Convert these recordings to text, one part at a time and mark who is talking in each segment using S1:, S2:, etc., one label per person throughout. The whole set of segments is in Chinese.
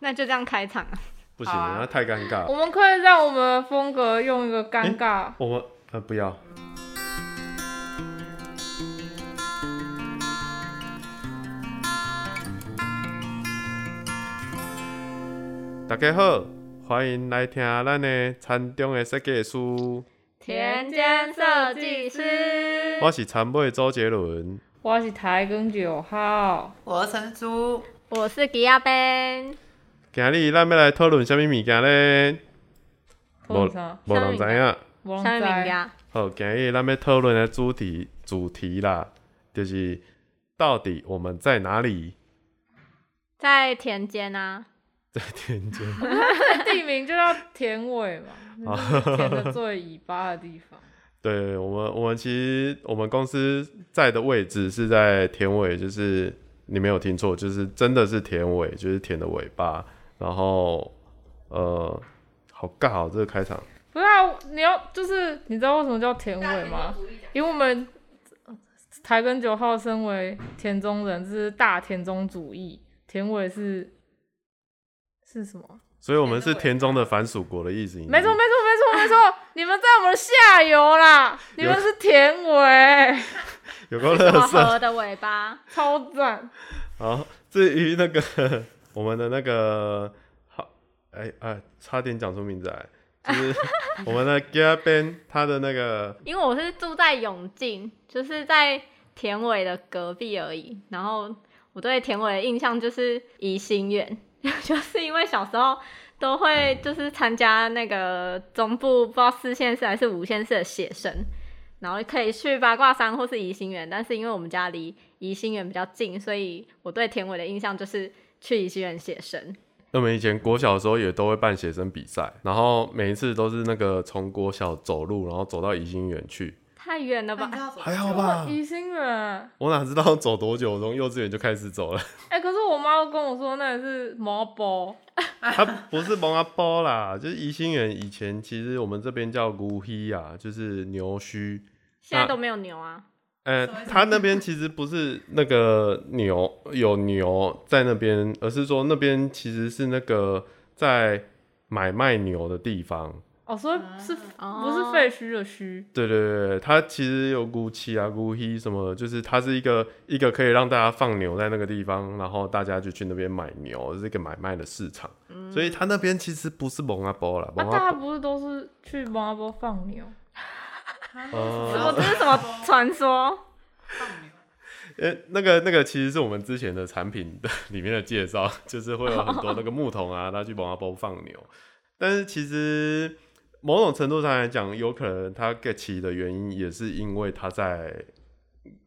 S1: 那就这样开场啊。
S2: 不行，
S3: 好啊
S2: 那太尴尬了。
S3: 我们可以让我们的风格用一个尴尬，
S2: 我们呃不要，大家好，欢迎来听咱的田中的设计师，
S1: 田间设计师，
S2: 我是田尾周杰伦。
S3: 我是台更九号，
S4: 我是陈珠，
S1: 我是吉亚Ben。
S2: 今日咱要来讨论什么物件呢？
S3: 讨论啥
S2: 无人知影。
S3: 我拢
S1: 下面名
S3: 知。
S1: 家，
S2: 好，今日咱要讨论的主题主题啦，就是到底我们在哪里？
S1: 在田间啊，
S2: 在天津。
S3: 地名就叫田尾嘛，那就是田的最尾巴的地方。
S2: 对，我们我们其实我们公司在的位置是在田尾，就是你没有听错，就是真的是田尾，就是田的尾巴。然后呃，好尬哦，这个开场。
S3: 不是啊，你要就是你知道为什么叫田尾吗？因为我们呃台根九号身为田中人，这是大田中主义，田尾是是什么？
S2: 所以我们是田中的反属国的意思。
S3: 没错，没错，没错，没错， 你们在我们下游啦，你们是田尾，
S2: 有够
S1: 什
S2: 乐
S1: 么
S2: 色。
S1: 河的尾巴，
S3: 超赞。
S2: 好，至于那个我们的那个好，哎哎，差点讲出名字来，就是 我们的 g a b e n 他的那个
S1: 因为我是住在永靖，就是在田尾的隔壁而已。然后我对田尾的印象就是怡心园， 就是因为小时候都会就是参加那个中部不知道四县市还是五县市的写生，然后可以去八卦山或是怡心园。但是因为我们家离怡心园比较近，所以我对田尾的印象就是去怡心园写生。
S2: 我们以前国小的时候也都会办写生比赛，然后每一次都是那个从国小走路，然后走到宜兴园去，
S1: 太远了吧？
S2: 还好
S3: 哇
S2: 吧，？
S3: 宜兴园，哎、
S2: 我哪知道走多久？我从幼稚园就开始走 了。
S3: 可是我妈都跟我说那里是毛包，
S2: 它不是蒙阿波啦，就是宜兴园以前其实我们这边叫古溪啊，就是牛墟。
S1: 现在都没有牛啊。
S2: 呃，它那边其实不是那个牛有牛在那边，而是说那边其实是那个在买卖牛的地方。
S3: 哦，所以
S4: 啊
S3: 是、
S1: 哦
S3: 不是废墟的墟？
S2: 对对对对，它其实有古奇啊、古希什么的，就是它是一个一个可以让大家放牛在那个地方，然后大家就去那边买牛，这是一个买卖的市场。所以它那边其实不是蒙阿波啦，
S3: 啊，
S2: 蒙
S3: 大
S2: 阿
S3: 家
S2: 波、
S3: 不是都是去毛包放牛？
S2: 呃
S1: 哦我这是什么传说？
S2: 呃，那个那个其实是我们之前的产品的里面的介绍，就是会有很多那个木桶啊，拿去蒙阿波放牛。但是其实某种程度上来讲，有可能它个起的原因也是因为它在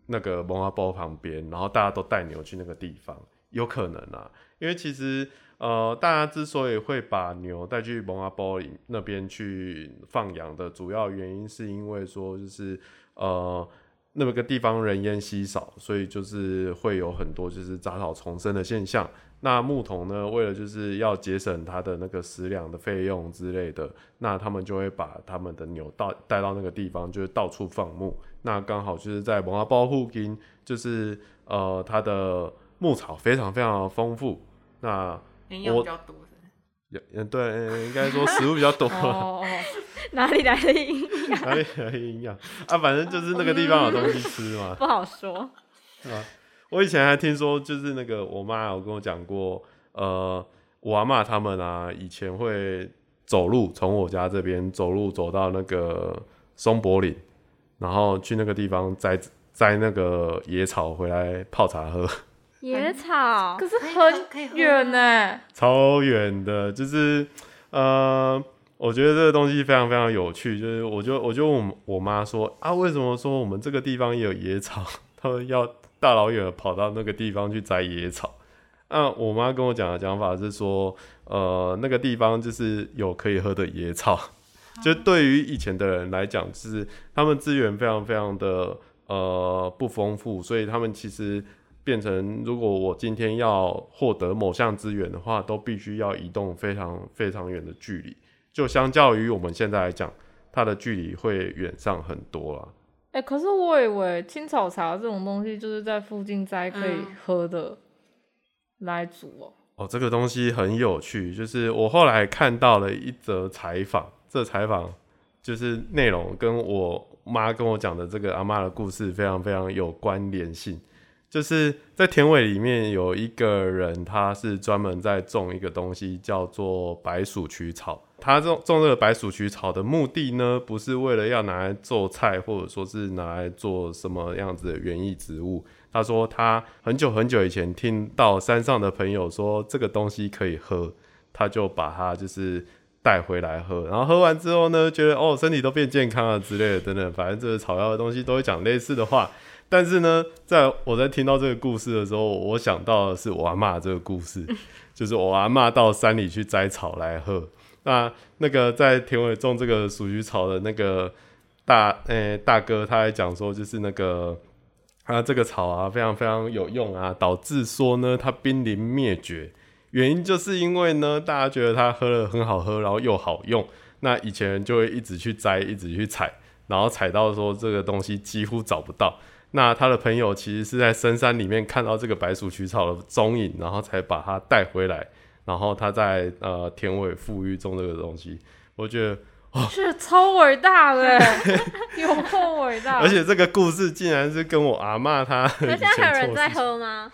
S2: 那个蒙阿波旁边，然后大家都带牛去那个地方，有可能啊。因为其实呃，大家之所以会把牛带去蒙阿波里那边去放羊的主要原因，是因为说就是呃。那么个地方人烟稀少，所以就是会有很多就是杂草丛生的现象。那牧童呢，为了就是要节省他的那个食粮的费用之类的，那他们就会把他们的牛到带到那个地方，就是到处放牧。那刚好就是在文化包户町，就是呃，它的牧草非常非常的丰富。那
S4: 营养比较多是不是
S2: 也嗯，对，应该说食物比较多 啦，
S3: 哦哦，
S1: 哪里来的音？
S2: 哪里有营养啊？反正就是那个地方有东西吃嘛。
S1: 不好说。
S2: 我以前还听说，就是那个我妈有跟我讲过，呃，我阿嬷他们啊，以前会走路从我家这边走路走到那个松柏岭，然后去那个地方摘摘那个野草回来泡茶喝，
S1: 野 草
S3: 哦可，是
S4: 可以喝可以
S3: 很
S4: 喝
S3: 远呢、
S2: 超远的，就是呃，我觉得这个东西非常非常有趣，就是我就我就问我我妈说啊，为什么说我们这个地方也有野草？他们要大老远地跑到那个地方去摘野草。那、我妈跟我讲的讲法是说，呃，那个地方就是有可以喝的野草，就对于以前的人来讲，就是他们资源非常非常的呃不丰富，所以他们其实变成，如果我今天要获得某项资源的话，都必须要移动非常非常远的距离，就相较于我们现在来讲，它的距离会远上很多啊啦。
S3: 哎、可是我以为青草茶这种东西就是在附近摘可以
S4: 嗯
S3: 喝的来煮哦、
S2: 哦，这个东西很有趣，就是我后来看到了一则采访，这采访就是内容跟我妈跟我讲的这个阿嬷的故事非常非常有关联性。就是在田尾里面有一个人，他是专门在种一个东西叫做白鼠曲草。他种种这个白鼠曲草的目的呢，不是为了要拿来做菜，或者说是拿来做什么样子的园艺植物。他说他很久很久以前听到山上的朋友说这个东西可以喝，他就把它就是带回来喝，然后喝完之后呢，觉得哦身体都变健康了之类的等等，反正这个草药的东西都会讲类似的话。但是呢，在我在听到这个故事的时候，我想到的是我阿嬷这个故事， 就是我阿嬷到山里去摘草来喝。那那个在田尾种这个鼠菊草的那个大诶、大哥，他还讲说，就是那个啊这个草啊非常非常有用啊，导致说呢它濒临灭绝，原因就是因为呢大家觉得它喝了很好喝，然后又好用，那以前人就会一直去摘，一直去采，然后采到说这个东西几乎找不到。那他的朋友其实是在深山里面看到这个白鼠曲草的踪影，然后才把它带回来，然后他在呃田尾富裕种这个东西。我觉得，
S3: 哦是超伟大 的欸，有够伟
S1: 啊
S3: 大。
S2: 而且这个故事竟然是跟我阿嬷她以
S1: 可
S2: 前
S1: 现在还有人
S2: 做的
S1: 在
S2: 事情。
S1: 喝吗？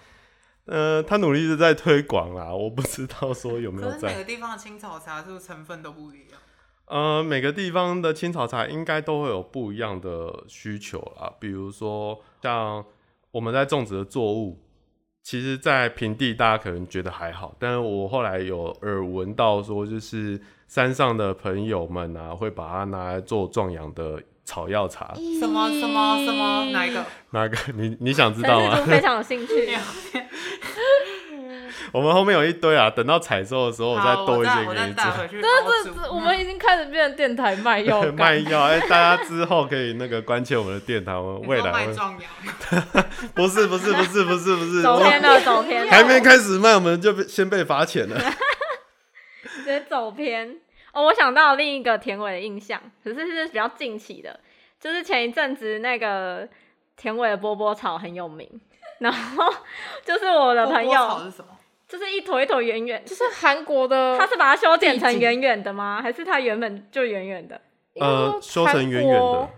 S2: 呃，他努力的在推广啦，我不知道说有没有
S4: 可是每
S2: 在。
S4: 个地方的青草茶是不是成分都不一样？
S2: 呃，每个地方的青草茶应该都会有不一样的需求啦，比如说像我们在种植的作物，其实，在平地大家可能觉得还好，但是我后来有耳闻到说，就是山上的朋友们啊，会把它拿来做壮阳的草药茶。
S4: 什么什么什么哪一个？
S2: 哪个？你你想知道啊吗
S1: 陈世 忠？非常有兴趣。
S2: 我们后面有一堆啊，等到采收的时候我再
S4: 好
S2: 多
S4: 我
S2: 一
S4: 再
S2: 些
S4: 我
S2: 给
S4: 再
S2: 你
S4: 带
S2: 做。
S4: 回去
S3: 那
S4: 熬
S3: 这
S4: 煮。
S3: 这，我们已经开始变成电台卖药
S2: 卖
S3: 干，
S2: 药，哎、大家之后可以那个关切我们的电台，我们
S4: 你说
S2: 未来
S4: 卖
S2: 会
S4: 壮阳，
S2: 不是不是不是不是不 是，
S1: 走
S2: 我
S1: 偏了，走偏了，
S2: 还没开始卖，我们就被先被罚钱了。
S1: 直接走偏。哦，我想到另一个田尾的印象，可是是比较近期的，就是前一阵子那个田尾的波波草很有名，然后就是我的朋
S4: 波波草
S1: 友，
S4: 是什么？
S1: 就是一坨一坨圆圆，
S3: 就是韩国的，
S2: 呃
S1: 他是把它修剪
S3: 地
S1: 成
S3: 景
S1: 圆圆的吗？还是它原本就圆圆的？
S3: 应该
S2: 呃
S3: 说，
S2: 修成圆圆
S3: 韩国
S2: 的，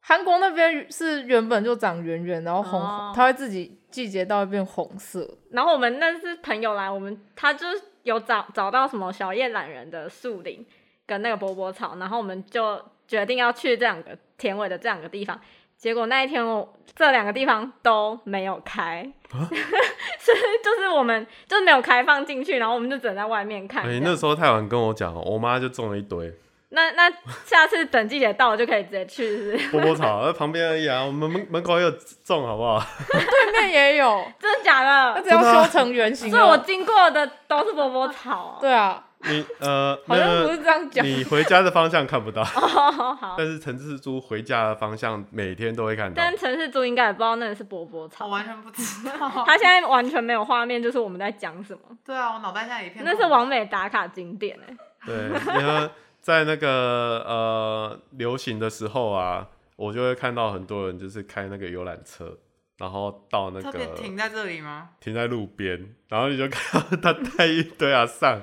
S3: 韩国那边是原本就长圆圆，然后红，
S1: 哦
S3: 它会自己季节到会变红色。
S1: 然后我们那是朋友来，我们他就是有找找到什么小叶懒人的树林跟那个波波草，然后我们就决定要去这两个田尾的这两个地方。结果那一天我这两个地方都没有开，
S2: 啊
S1: 是就是我们就是没有开放进去，然后我们就只能在外面看
S2: 哎、
S1: 这样。
S2: 那时候太晚跟我讲，我妈就种了一堆
S1: 那那下次等季节到了就可以直接去，是不是
S2: 波波草， 在旁边而已啊，我们门门口也有种，好不好？
S3: 对面也有，
S1: 真的假
S3: 它
S1: 的？
S3: 只要
S2: 啊
S3: 修成圆形
S1: 所以我
S3: 哦。
S1: 经过的都是波波草、哦。
S3: 对啊，
S2: 你呃，
S3: 好像不
S2: 那
S3: 是这样讲。哦
S2: 你回家的方向看不到，
S1: 好，
S2: 但是陈志珠回家的方向每天都会看到。
S1: 但陈世珠应该也不知道那个是波波
S4: 我
S1: 草。
S4: 完全不知道。
S1: 他现在完全没有画面，就是我们在讲什么。
S4: 对啊，我脑袋现在一片空白。
S1: 那是完美打卡景点哎、
S2: 对，然后在那个呃流行的时候啊，我就会看到很多人就是开那个游览车，然后到那
S4: 特
S2: 个
S4: 别停在这里吗？
S2: 停在路边，然后你就看到他带一堆 阿上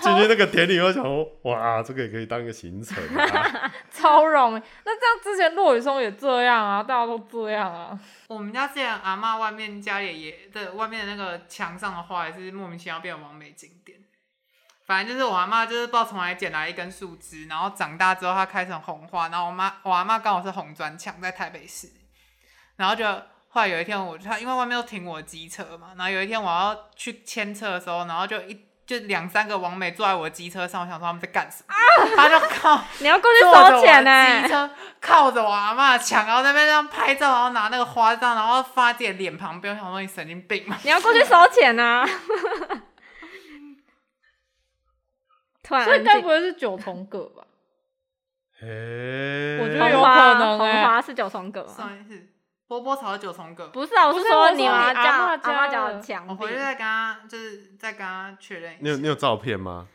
S2: 进去那个田里，我想说，哇，这个也可以当一个行程 啊。
S3: 超扰民。那这样之前落雨松也这样啊，大家都这样啊。
S4: 我们家之前阿嬷外面家里也的外面的那个墙上的画也是莫名其妙变成完美景点。反正就是我阿嬷就是不知道从哪里捡来一根树枝，然后长大之后它开成红花，然后我妈我阿嬷刚好是红砖墙，在台北市，然后就后来有一天我她因为外面都停我的机车嘛，然后有一天我要去牵车的时候，然后就一就两三个王美坐在我的机车上，我想说他们在干什么，他就靠
S1: 你要过去
S4: 坐着
S1: 收
S4: 我
S1: 钱欸呢、
S4: 的机车靠着我阿妈墙，然后在那边这样拍照，然后拿那个花杖，然后发自己的脸旁边，我想说你神经病吗？
S1: 你要过去收钱啊！突然
S3: 所以
S1: 安
S3: 该不
S1: 静，
S3: 会是九重葛吧？
S2: 诶
S3: 我觉得
S1: 红
S3: 有
S1: 花
S3: 可能
S1: 红
S3: 欸
S1: 花是九重葛
S4: 什
S1: 吗？
S4: 么意思？波波草的九重葛，
S1: 不是啊，我
S3: 不
S1: 是
S3: 是
S1: 说
S3: 我说
S1: 妈
S3: 你阿
S1: 阿
S3: 嬷家
S1: 妈家的
S3: 的
S1: 墙
S4: 我
S1: 壁
S4: 回去再跟他就是再跟他确认
S2: 你有
S4: 一
S2: 你
S4: 下。
S2: 有照片吗？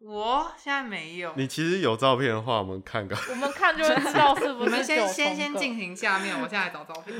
S4: 我现在没有，
S2: 你其实有照片的话，我们看个。
S3: 我们看就会知道 是不
S4: 你
S3: 是
S4: 们
S3: 九重葛。
S2: 嗯
S4: 先先先进行下面，我现在找照片。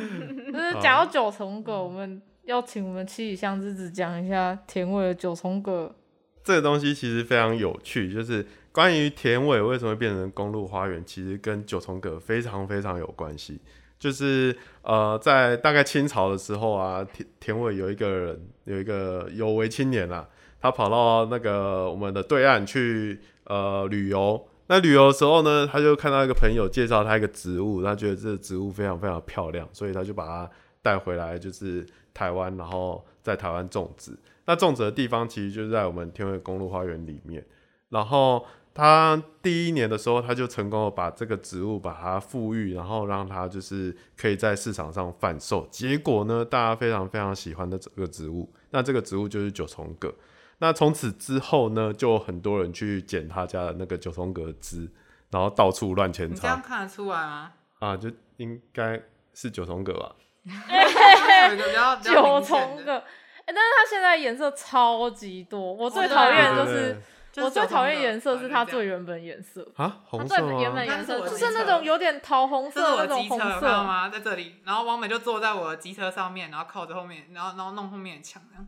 S3: 就是讲到九重葛，我们要请我们七里香之子讲一下田尾的九重葛。
S2: 这个东西其实非常有趣，就是关于田尾为什么会变成公路花园，其实跟九重葛非常非常有关系。就是呃，在大概清朝的时候啊，田田尾有一个人，有一个有为青年啊，他跑到那个我们的对岸去呃旅游。那旅游的时候呢，他就看到一个朋友介绍他一个植物，他觉得这个植物非常非常漂亮，所以他就把它带回来，就是台湾，然后在台湾种植。那种植的地方其实就是在我们天惠公路花园里面。然后他第一年的时候，他就成功的把这个植物把它富育，然后让它就是可以在市场上贩售。结果呢，大家非常非常喜欢的这个植物，那这个植物就是九重葛。那从此之后呢，就有很多人去捡他家的那个九重葛枝，然后到处乱扦
S4: 你这样
S2: 插
S4: 看得出来 吗？
S2: 啊，就应该是九重葛吧。
S4: 有一个比较比较
S3: 九
S4: 明显
S3: 重
S4: 的
S3: 葛，哎、但是它现在颜色超级多，我最
S4: 哦对
S3: 讨厌的就
S2: 对对
S3: 啊是
S2: 对
S4: 就是
S3: 我最
S4: 九重
S3: 讨厌
S4: 葛
S3: 颜色是它最。
S4: 对
S3: 原本颜色，
S2: 啊，红
S1: 最
S2: 色吗？
S1: 原本
S4: 但
S1: 颜
S4: 是
S1: 色
S4: 我
S3: 就
S1: 是
S4: 的
S1: 什
S3: 是
S1: 么
S4: 机
S3: 那
S4: 车
S3: 种有点桃红
S4: 这是
S3: 色
S4: 我
S3: 那
S4: 的
S3: 种
S4: 机车，
S3: 红
S4: 有看到
S3: 色。
S4: 吗？在这里，然后王美就坐在我的机车上面，然后靠着后面，然后然后弄后面的墙，这样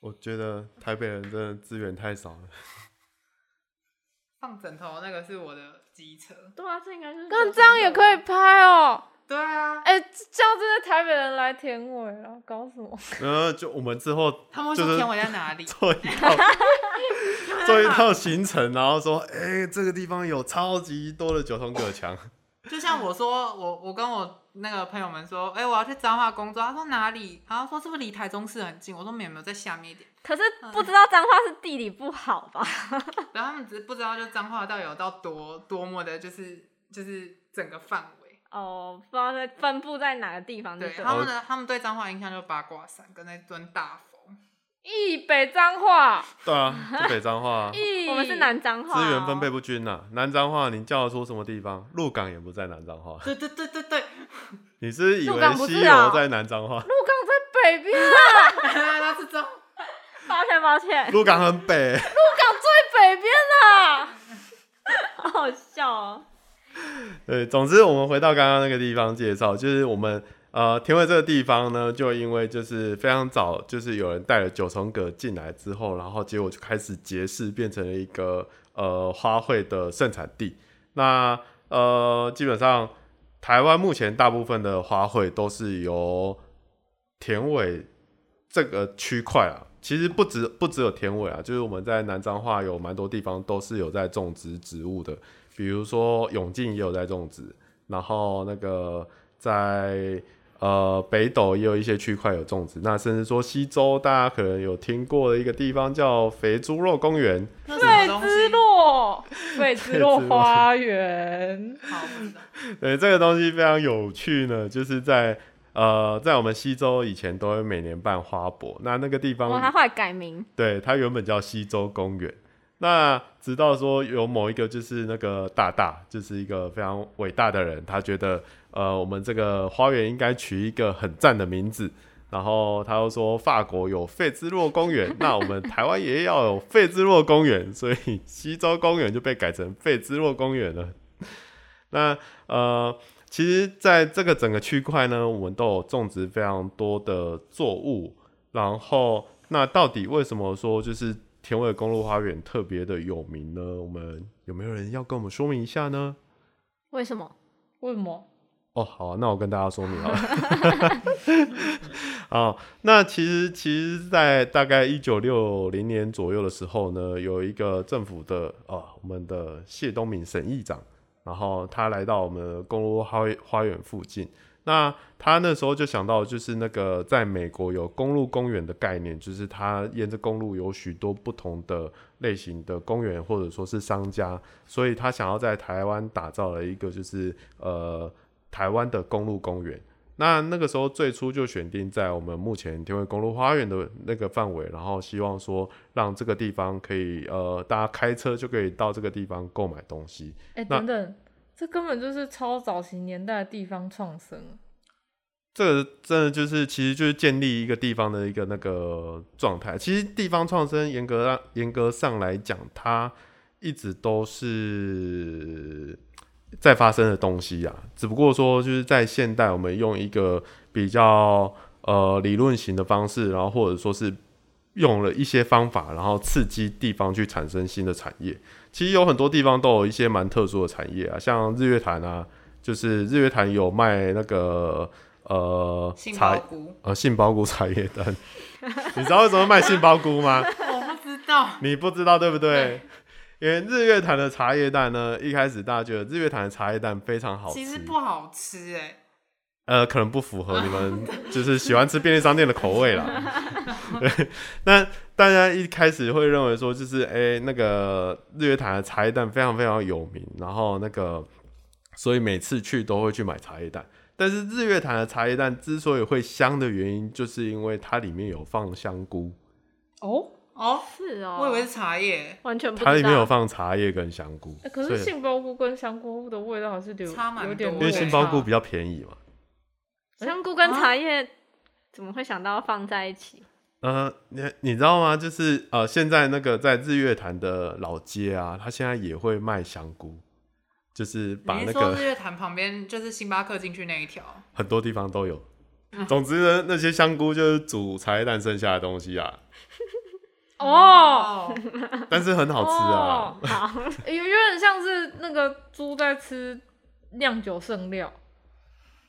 S2: 我觉得台北人真的资源太少 了。
S4: 放枕头那个是我的机车。
S1: 对啊，这应该就是
S3: 那这样也可以拍哦、
S4: 对啊，
S3: 哎、这样真的台北人来舔尾了，搞什么？
S2: 呃，就我们之后
S4: 他们会
S2: 就是
S4: 说天我 在哪里？
S2: 做一 套做一套行程，然后说，哎、这个地方有超级多的九重葛墙，
S4: 就像我说，我我跟我那个朋友们说，哎、我要去彰化工作。他说哪里？然后说是不是离台中市很近？我说没有没有，在下面一点。
S1: 可是不知道脏话是地理不好吧？
S4: 然后他们只是不知道，就彰化到底有到多多么的，就是就是整个范围。
S1: 哦，不知道在分布在哪个地方就
S4: 对
S1: 对
S4: 他
S1: 了。
S4: 们
S2: 哦
S4: 的，他们对彰化印象就是八卦山跟那尊大佛。
S3: 一北彰 化，
S2: 对啊，就北彰 化
S3: 一
S1: 我们是南彰化、哦，
S2: 资源分配不均呐、南彰化你叫得出什么地方？鹿港也不在南彰化，
S4: 对对对对对，
S2: 你是以
S1: 鹿
S2: 为
S1: 港不是
S2: 西
S1: 啊
S2: 游在南彰化？
S3: 鹿港在北边啊，
S4: 那是彰。
S1: 抱歉抱歉，
S2: 鹿港很北、
S3: 鹿港最北边啊。
S1: 好好笑哦。
S2: 对，总之我们回到刚刚那个地方介绍，就是我们呃田尾这个地方呢，就因为就是非常早，就是有人带了九重葛进来之后，然后结果就开始结识，变成了一个呃花卉的盛产地。那呃，基本上台湾目前大部分的花卉都是由田尾这个区块啊，其实不止不只有田尾啊，就是我们在南彰化有蛮多地方都是有在种植植物的，比如说永靖也有在种植，然后那个在呃北斗也有一些区块有种植，那甚至说西周大家可能有听过的一个地方叫肥猪肉公园，
S4: 那是什么
S3: 费
S4: 东
S3: 之
S4: 西？
S3: 洛，费之洛
S2: 费之洛
S3: 花园，
S4: 好，不知道。
S2: 对，这个东西非常有趣呢，就是在呃，在我们西周以前都会每年办花博，那那个地
S1: 我他
S2: 方，
S1: 后来改名，
S2: 对，它原本叫西周公园。那直到说有某一个就是那个大大，就是一个非常伟大的人，他觉得呃，我们这个花园应该取一个很赞的名字。然后他又说法国有费兹洛公园，那我们台湾也要有费兹洛公园，所以西周公园就被改成费兹洛公园了。那呃，其实在这个整个区块呢，我们都有种植非常多的作物。然后，那到底为什么说就是田尾公路花园特别的有名呢？我们有没有人要跟我们说明一下呢？
S1: 为什么？
S3: 为什么？
S2: 哦，好啊、那我跟大家说明好了。 啊，那其实其实，在大概一九六零年左右的时候呢，有一个政府的啊，我们的谢东闵省议长，然后他来到我们公路花花园附近。那他那时候就想到，就是那个在美国有公路公园的概念，就是他沿着公路有许多不同的类型的公园，或者说是商家，所以他想要在台湾打造了一个就是呃台湾的公路公园。那那个时候最初就选定在我们目前天惠公路花园的那个范围，然后希望说让这个地方可以呃大家开车就可以到这个地方购买东西。
S3: 哎、
S2: 那
S3: 等等，这根本就是超早期年代的地方创生。
S2: 这个真的就是，其实就是建立一个地方的一个那个状态。其实地方创生严格上严格上来讲，它一直都是在发生的东西啊。只不过说，就是在现代，我们用一个比较呃理论型的方式，然后或者说是用了一些方法，然后刺激地方去产生新的产业。其实有很多地方都有一些蛮特殊的产业啊，像日月潭啊，就是日月潭有卖那个呃
S4: 杏鲍
S2: 茶
S4: 菇，
S2: 呃杏鲍菇茶叶蛋， 你知道为什么卖杏鲍菇吗？
S4: 我不知道，
S2: 你不知道对不对？因为日月潭的茶叶蛋呢，一开始大家觉得日月潭的茶叶蛋非常好吃，
S4: 其实不好吃哎、
S2: 呃，可能不符合你们就是喜欢吃便利商店的口味啦。对，那大家一开始会认为说，就是哎、那个日月潭的茶叶蛋非常非常有名，然后那个，所以每次去都会去买茶叶蛋。但是日月潭的茶叶蛋之所以会香的原因，就是因为它里面有放香菇，
S3: 哦，
S4: 哦，
S1: 是哦，
S4: 我以为是茶叶，
S1: 完全不知道。
S2: 它里面有放茶叶跟香菇，
S3: 哎可
S2: 所
S3: 是
S2: 以
S3: 杏鲍菇跟香菇的味道还是有
S4: 差蛮
S3: 有点
S4: 多
S2: 因
S4: 的
S2: 为
S3: 落
S2: 杏
S3: 差
S2: 鲍菇比较便宜嘛。
S1: 香菇跟茶叶怎么会想到放在 一起？
S2: 呃，你你知道吗？就是呃，现在那个在日月潭的老街啊，它现在也会卖香菇，就是把
S4: 你
S2: 那
S4: 是说
S2: 个
S4: 日月潭旁边就是星巴克进去那一条？
S2: 很多地方都有。总之呢，那些香菇就是煮茶叶蛋剩下的东西啊，
S3: 哦，
S4: 哦，
S2: 但是很好吃啊。
S3: 哦， 有有点像是那个猪在吃酿酒剩料，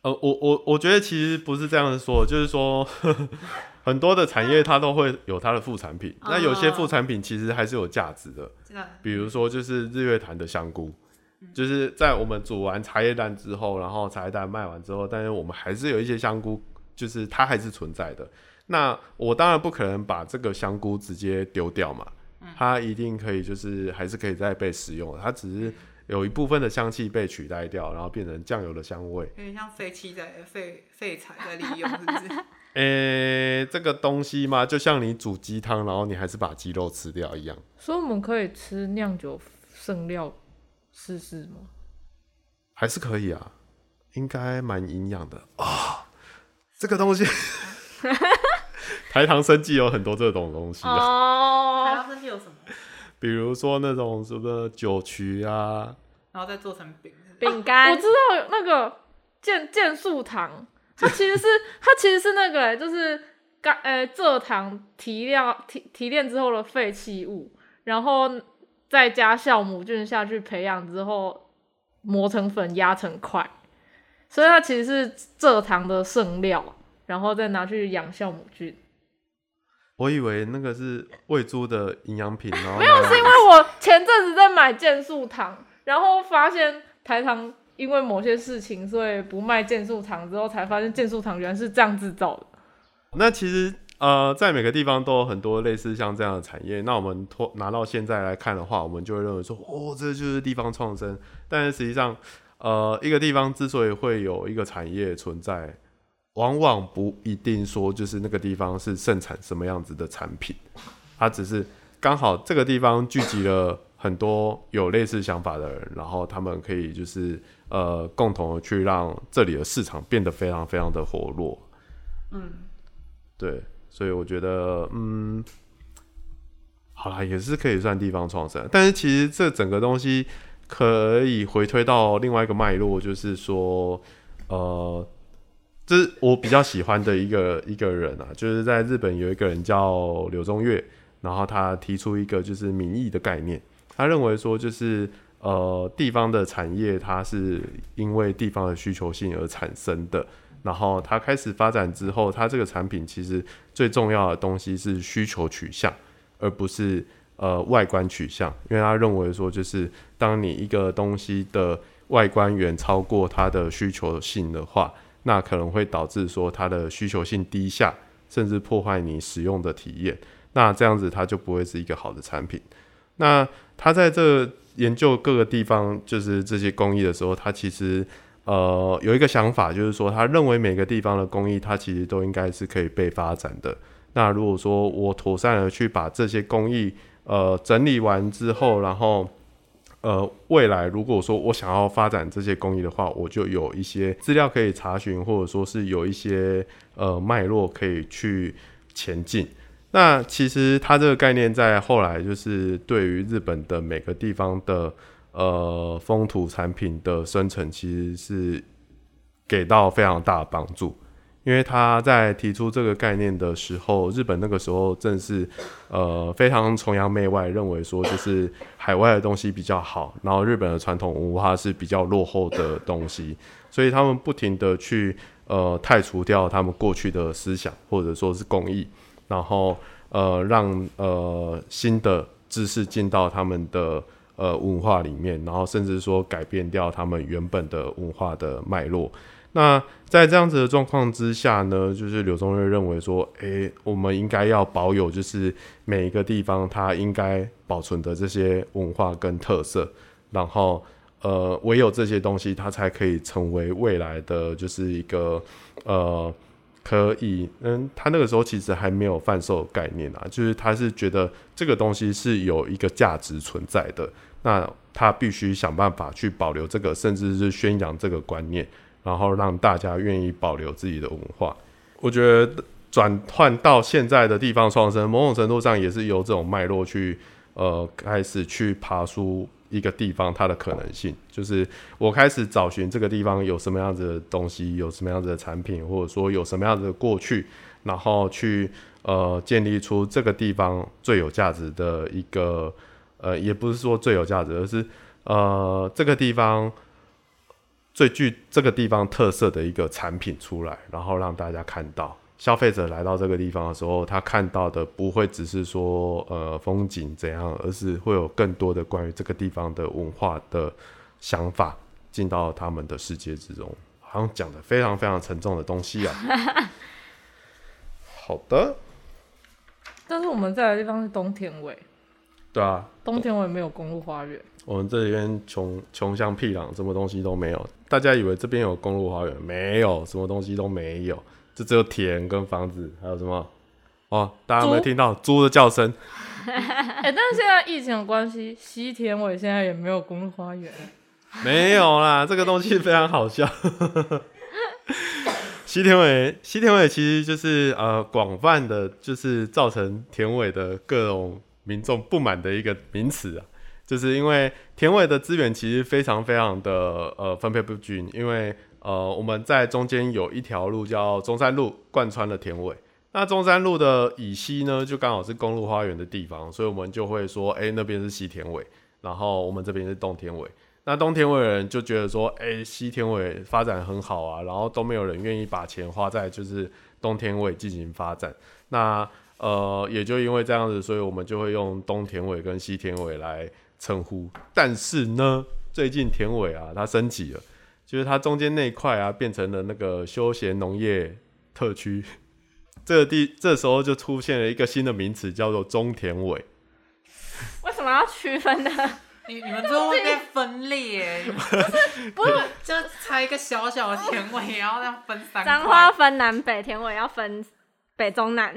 S2: 呃，我我我觉得其实不是这样说，就是说 很多的产业它都会有它的副产品，那有些副产品其实还是有价值的。
S4: 真的
S2: 比如说就是日月潭的香菇，就是在我们煮完茶叶蛋之后，然后茶叶蛋卖完之后，但是我们还是有一些香菇，就是它还是存在的。那我当然不可能把这个香菇直接丢掉嘛，它一定可以就是还是可以再被使用的，它只是有一部分的香气被取代掉，然后变成酱油的香味。
S4: 有点像废弃在废废材在利用，是不是？
S2: 诶、这个东西嘛，就像你煮鸡汤，然后你还是把鸡肉吃掉一样。
S3: 所以我们可以吃酿酒剩料试试吗？
S2: 还是可以啊，应该蛮营养的啊、这个东西， 台糖生技有很多这种东西啊，
S4: 还
S1: 哦，
S4: 要这些有什么？
S2: 比如说那种什么酒曲啊，
S4: 然后再做成饼，是不是
S1: 饼干
S3: 我知道有那个健健素糖，它其实是它其实是那个、就是干呃蔗糖提炼提提炼之后的废弃物，然后再加酵母菌下去培养之后磨成粉压成块，所以它其实是蔗糖的剩料，然后再拿去养酵母菌。
S2: 我以为那个是喂猪的营养品，然后
S3: 没有，
S2: 拿来
S3: 是因为我前阵子在买健素糖，然后发现台糖因为某些事情，所以不卖健素糖，之后才发现健素糖原来是这样制造的。
S2: 那其实呃，在每个地方都有很多类似像这样的产业。那我们拖拿到现在来看的话，我们就会认为说，哦，这就是地方创生。但是实际上，呃，一个地方之所以会有一个产业存在，往往不一定说就是那个地方是盛产什么样子的产品，它只是刚好这个地方聚集了很多有类似想法的人，然后他们可以就是呃共同地去让这里的市场变得非常非常的活络。对，所以我觉得，嗯，好啦，也是可以算地方创生，但是其实这整个东西可以回推到另外一个脉络，就是说，呃，这是我比较喜欢的一个一个人啊，就是在日本有一个人叫柳宗悦，然后他提出一个就是民意的概念，他认为说就是。呃，地方的产业它是因为地方的需求性而产生的，然后它开始发展之后，它这个产品其实最重要的东西是需求取向，而不是呃外观取向，因为他认为说，就是当你一个东西的外观远超过它的需求性的话，那可能会导致说它的需求性低下，甚至破坏你使用的体验。那这样子它就不会是一个好的产品。那他在这研究各个地方就是这些工艺的时候，他其实呃，有一个想法，就是说他认为每个地方的工艺，它其实都应该是可以被发展的。那如果说我妥善的去把这些工艺呃整理完之后，然后呃未来如果说我想要发展这些工艺的话，我就有一些资料可以查询，或者说是有一些呃脉络可以去前进。那其实它这个概念在后来就是对于日本的每个地方的呃风土产品的生成，其实是给到非常大的帮助。因为他在提出这个概念的时候，日本那个时候正是呃非常崇洋媚外，认为说就是海外的东西比较好，然后日本的传统文化是比较落后的东西，所以他们不停的去呃汰除掉他们过去的思想或者说是工艺，然后呃让呃新的知识进到他们的呃文化里面，然后甚至说改变掉他们原本的文化的脉络。那在这样子的状况之下呢，就是柳宗悦认为说，诶、我们应该要保有，就是每一个地方它应该保存的这些文化跟特色，然后呃，唯有这些东西，它才可以成为未来的就是一个呃，可以，嗯，他那个时候其实还没有贩售概念啊，就是他是觉得这个东西是有一个价值存在的，那他必须想办法去保留这个，甚至是宣扬这个观念。然后让大家愿意保留自己的文化。我觉得转换到现在的地方创生，某种程度上也是由这种脉络去呃开始去爬出一个地方它的可能性。就是我开始找寻这个地方有什么样子的东西，有什么样子的产品，或者说有什么样子的过去，然后去呃建立出这个地方最有价值的一个呃，也不是说最有价值，而是呃这个地方。最具这个地方特色的一个产品出来，然后让大家看到。消费者来到这个地方的时候，他看到的不会只是说呃风景怎样，而是会有更多的关于这个地方的文化的想法进到他们的世界之中。好像讲的非常非常沉重的东西啊。好的，
S3: 但是我们在的地方是东田尾，
S2: 对啊，
S3: 东田尾没有公路花园，
S2: 我们这边穷穷乡僻壤，什么东西都没有。大家以为这边有公路花园，没有，什么东西都没有，就只有田跟房子，还有什么？哦，大家有没有
S3: 猪
S2: 听到猪的叫声？
S3: 哎、但是现在疫情的关系，西田尾现在也没有公路花园，
S2: 没有啦，这个东西非常好笑。 西田尾，西田尾其实就是呃广泛的，就是造成田尾的各种民众不满的一个名词啊，就是因为田尾的资源其实非常非常的呃分配不均，因为呃我们在中间有一条路叫中山路，贯穿了田尾。那中山路的以西呢，就刚好是公路花园的地方，所以我们就会说，哎、那边是西田尾，然后我们这边是东田尾。那东田尾的人就觉得说，哎、西田尾发展很好啊，然后都没有人愿意把钱花在就是东田尾进行发展。那呃，也就因为这样子，所以我们就会用东田尾跟西田尾来称呼。但是呢，最近田尾啊，它升级了，就是它中间那一块啊，变成了那个休闲农业特区。 这个地这时候就出现了一个新的名词，叫做中田尾。
S1: 为什么要区分呢？
S4: 你你们最后会被分裂，不是 就拆一个小小的田尾，然后这样分三
S1: 彰化
S4: 块。
S1: 分南北，田尾要分北中南，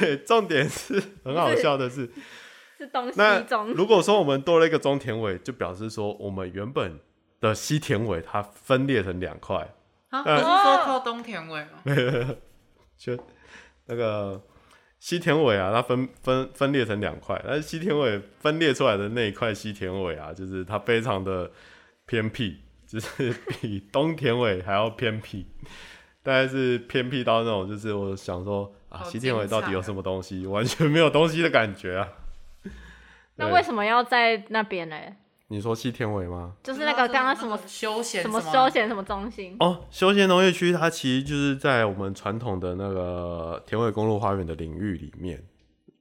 S2: 对，重点是 很好笑的是，
S1: 是东西
S2: 那
S1: 中。
S2: 如果说我们多了一个中田尾，就表示说我们原本的西田尾它分裂成两块，
S4: 啊，不是说靠东田尾吗？
S2: 就那个西田尾啊，它分分分裂成两块，但是西田尾分裂出来的那一块西田尾啊，就是它非常的偏僻，就是 比东田尾还要偏僻，大概是偏僻到那种就是我想说啊，
S4: 好
S2: 西田尾
S4: 精
S2: 到底有
S4: 彩
S2: 什么东西， 完全没有东西的感觉啊。
S1: 那
S2: 对
S1: 为什么要在那边呢？
S2: 你说西田尾吗？
S1: 就是那个刚刚什么
S4: 休闲
S1: 什么
S4: 么
S1: 休闲什么中心，
S2: 哦，休闲农业区它其实就是在我们传统的那个田尾公路花园的领域里面。